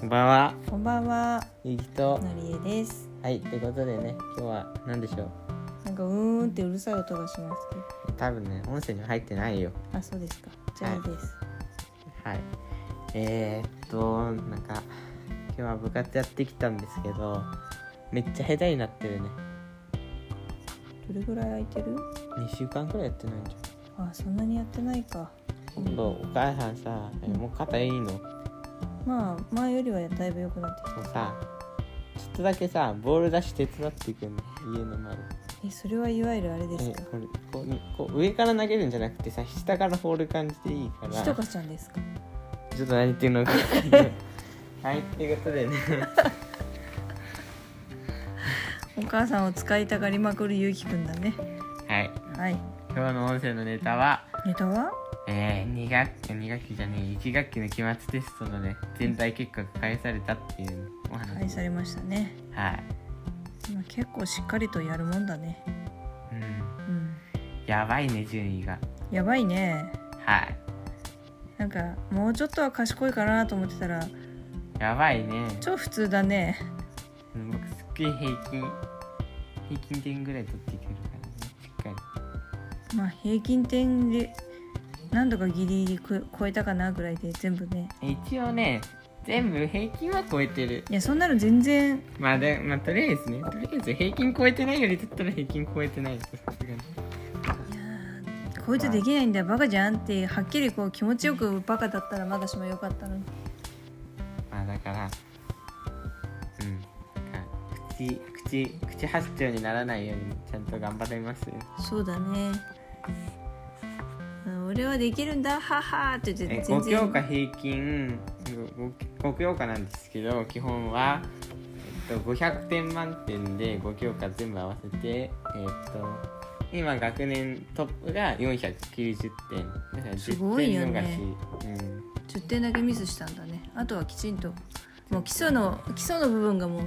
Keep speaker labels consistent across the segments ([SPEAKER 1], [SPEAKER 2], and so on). [SPEAKER 1] こんばんは、
[SPEAKER 2] こんばんは、
[SPEAKER 1] ゆきと。
[SPEAKER 2] のりえです。
[SPEAKER 1] はい、ということでね、今日は何でしょう。
[SPEAKER 2] なんかうーんってうるさい音がしますけど。
[SPEAKER 1] 多分ね、音声には入ってないよ。
[SPEAKER 2] あ、そうですか。じゃあいいです。
[SPEAKER 1] はい。えー、っと、なんか、今日は部活やってきたんですけど、めっちゃ下手になってるね。
[SPEAKER 2] どれぐらい空いてる？
[SPEAKER 1] 2週間くらいやってないんじゃん。
[SPEAKER 2] あ、そんなにやってないか。
[SPEAKER 1] 今度、お母さんさ、えもう肩いいのも
[SPEAKER 2] まあ前よりはだいぶ良くなって
[SPEAKER 1] うさ、ちょっとだけさ、ボール出し手伝っていくの、家の丸。
[SPEAKER 2] きて。え、それはいわゆるあれで
[SPEAKER 1] え
[SPEAKER 2] すか。
[SPEAKER 1] これこうこう上から投げるんじゃなくてさ下から放る感じでいいから
[SPEAKER 2] ひとかちゃんですか。
[SPEAKER 1] ちょっと何言ってるのか分かんない。 はい、ということでね。
[SPEAKER 2] お母さんを使いたがりまくるゆうきくんだね。
[SPEAKER 1] はい、
[SPEAKER 2] はい。
[SPEAKER 1] 今日の音声のネタは、
[SPEAKER 2] ネタは？
[SPEAKER 1] えー、2学期、2学期じゃねえ、1学期の期末テストのね、全体結果が返されたっていうお話。
[SPEAKER 2] はい、されましたね。
[SPEAKER 1] はい。
[SPEAKER 2] まあ結構しっかりとやるもんだね。
[SPEAKER 1] うん。
[SPEAKER 2] うん。
[SPEAKER 1] やばいね、順位が。
[SPEAKER 2] やばいね。
[SPEAKER 1] はい。
[SPEAKER 2] なんかもうちょっとは賢いかなと思ってたら
[SPEAKER 1] やばいね。
[SPEAKER 2] 超普通だね。
[SPEAKER 1] うん僕、すっげえ平均、平均点ぐらい取っていけるからね、しっかり。
[SPEAKER 2] まあ平均点で何度かギリギリこ超えたかなぐらいで全部ね
[SPEAKER 1] え一応ね、全部平均は超えてる。
[SPEAKER 2] いやそんなの全然
[SPEAKER 1] まあで、まあ、とりあえずね、とりあえず平均超えてないよりだったら平均超えてないです。さすがに
[SPEAKER 2] いやーこいつできないんだよバカじゃんってはっきりこう気持ちよくバカだったらまだしもよかったのに
[SPEAKER 1] まあだから、うん、なんか口、口、口発症にならないようにちゃんと頑張ります。
[SPEAKER 2] そうだねうん俺はできるんだはっはーって言って
[SPEAKER 1] え
[SPEAKER 2] 全
[SPEAKER 1] 5
[SPEAKER 2] 然
[SPEAKER 1] 教科平均、5教科なんですけど、基本は、えっと、500点満点で5教科全部合わせて、えっと、今学年トップが490点。だから
[SPEAKER 2] すごい
[SPEAKER 1] 10
[SPEAKER 2] よ
[SPEAKER 1] 点逃
[SPEAKER 2] ね
[SPEAKER 1] し。うん
[SPEAKER 2] 10点だけミスしたんだねあとはきちんともう基礎の基礎の部分がもう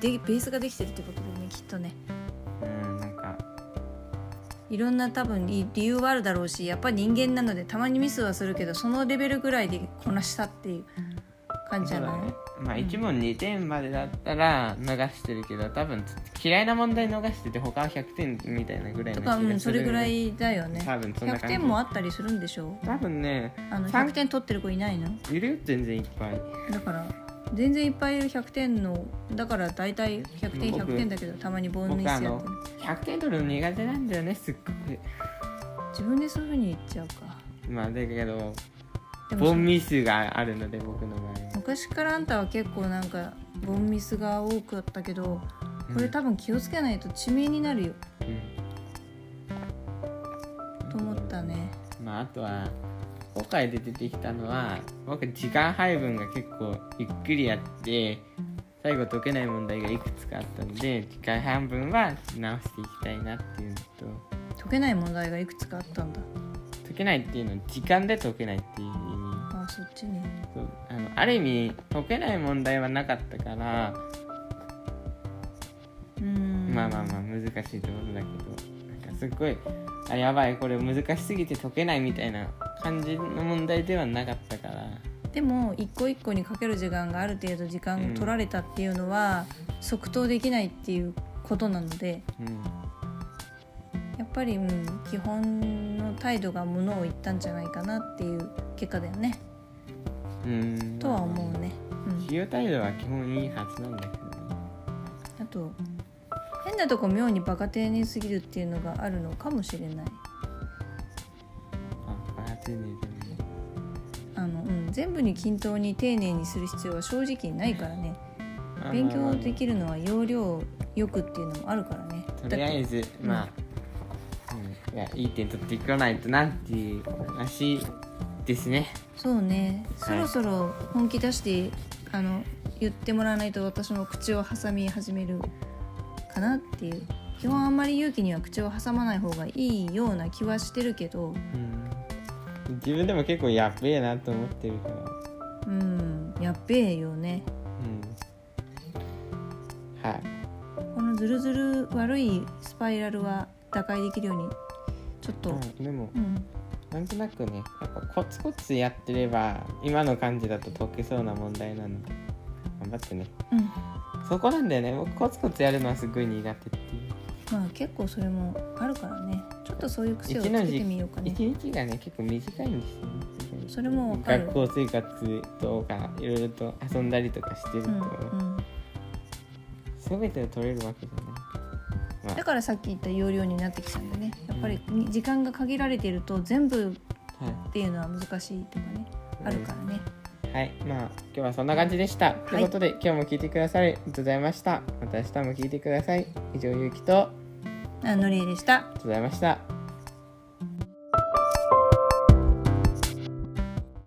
[SPEAKER 2] でベースができてるってことだねきっとね
[SPEAKER 1] うん、なんか、
[SPEAKER 2] いろんな多分理理由はあるだろうしやっぱり人間なのでたまにミスはするけどそのレベルぐらいでこなしたっていう感じじ
[SPEAKER 1] そ
[SPEAKER 2] ゃ
[SPEAKER 1] うだ
[SPEAKER 2] ない、
[SPEAKER 1] ねまあ1問2点までだったら逃してるけど多分嫌いな問題逃してて他は100点みたいなぐらいの
[SPEAKER 2] と
[SPEAKER 1] 気が
[SPEAKER 2] か、
[SPEAKER 1] する
[SPEAKER 2] うん、それぐらいだよね
[SPEAKER 1] 多分そんな
[SPEAKER 2] 100
[SPEAKER 1] 感じ
[SPEAKER 2] 点もあったりするんでしょ
[SPEAKER 1] 多分ね
[SPEAKER 2] あの
[SPEAKER 1] さん
[SPEAKER 2] 100点取ってる子いないの
[SPEAKER 1] いるよ全然いっぱい
[SPEAKER 2] だから全然いっぱいいる100点のだから大体100点
[SPEAKER 1] 僕
[SPEAKER 2] 100点だけどたまにボールミス
[SPEAKER 1] 僕
[SPEAKER 2] や
[SPEAKER 1] あ
[SPEAKER 2] ってる
[SPEAKER 1] の100点取るの苦手なんだよねすっご
[SPEAKER 2] 自分でそういうふうに言っちゃうか
[SPEAKER 1] くまあだけど
[SPEAKER 2] でも
[SPEAKER 1] ボ
[SPEAKER 2] そ
[SPEAKER 1] ンミスがあるので僕の場合は
[SPEAKER 2] 昔からあんたは結構なんかボンミスが多かったけどこれ多分気をつけないと致命になるよ、
[SPEAKER 1] うん
[SPEAKER 2] と思ったね
[SPEAKER 1] まああとは今回で出てきたのは僕時間配分が結構ゆっくりやって最後解けない問題がいくつかあったので時間配分は直していきたいなっていうのと
[SPEAKER 2] 解けない問題がいくつかあったんだ
[SPEAKER 1] 解けないっていうのは時間で解けないっていう意味
[SPEAKER 2] あそっちに
[SPEAKER 1] そうあのある意味解けない問題はなかったから、
[SPEAKER 2] うーん
[SPEAKER 1] まあまあまあ難しいってことだけどなんかすっごいあやばいこれ難しすぎて解けないみたいな感じの問題ではなかったから。
[SPEAKER 2] でも一個一個にかける時間がある程度時間を取られたっていうのは、即答できないっていうことなので
[SPEAKER 1] うん
[SPEAKER 2] やっぱり、うん、基本の態度がものを言ったんじゃないかなっていう結果だよね
[SPEAKER 1] うん
[SPEAKER 2] とは思うね、うん、
[SPEAKER 1] 費用態度は基本いいはずなんだけどね
[SPEAKER 2] あと変なとこ妙にバカ丁寧すぎるっていうのがあるのかもしれない
[SPEAKER 1] あバカ丁寧でもね
[SPEAKER 2] あの、うん、全部に均等に丁寧にする必要は正直ないからね
[SPEAKER 1] まあ
[SPEAKER 2] 勉強
[SPEAKER 1] ま
[SPEAKER 2] できるのは要領よくっていうのもあるからね
[SPEAKER 1] あまあとりあえず
[SPEAKER 2] うん
[SPEAKER 1] まあ、うんいやいい点取っていかないとなっていう話ですね
[SPEAKER 2] そうねそ
[SPEAKER 1] はい
[SPEAKER 2] ろそろ本気出してあの言ってもらわないと私も口を挟み始めるかなっていう基本あんまり勇気には口を挟まない方がいいような気はしてるけど
[SPEAKER 1] うん自分でも結構やっべえなと思ってるから
[SPEAKER 2] うんやっべえよね
[SPEAKER 1] うんはい
[SPEAKER 2] このずるずる悪いスパイラルは打開できるようにちょっと、
[SPEAKER 1] まあでも
[SPEAKER 2] うん、
[SPEAKER 1] なんとなくねやっぱコツコツやってれば今の感じだと解けそうな問題なので頑張ってね
[SPEAKER 2] うん
[SPEAKER 1] そこなんだよね僕コツコツやるのはすごい苦手っていう
[SPEAKER 2] まあ結構それもあるからねちょっとそういう癖をつ
[SPEAKER 1] 一
[SPEAKER 2] け
[SPEAKER 1] のじ
[SPEAKER 2] てみようかね
[SPEAKER 1] 一日がね結構短いんですよね
[SPEAKER 2] それもわかる
[SPEAKER 1] 学校生活とかいろいろと遊んだりとかしてる
[SPEAKER 2] う
[SPEAKER 1] と、
[SPEAKER 2] んうん
[SPEAKER 1] 全てを取れるわけじゃない
[SPEAKER 2] だからさっき言った容量になってきたんだねやっぱりに時間が限られていると全部っていうのは難しいとかねあるからね
[SPEAKER 1] はい、はい、まあ今日はそんな感じでした、ということで今日も聞いてくださりありがとうございましたまた明日も聞いてください以上ゆうきとありがと
[SPEAKER 2] あのりえでした
[SPEAKER 1] うございました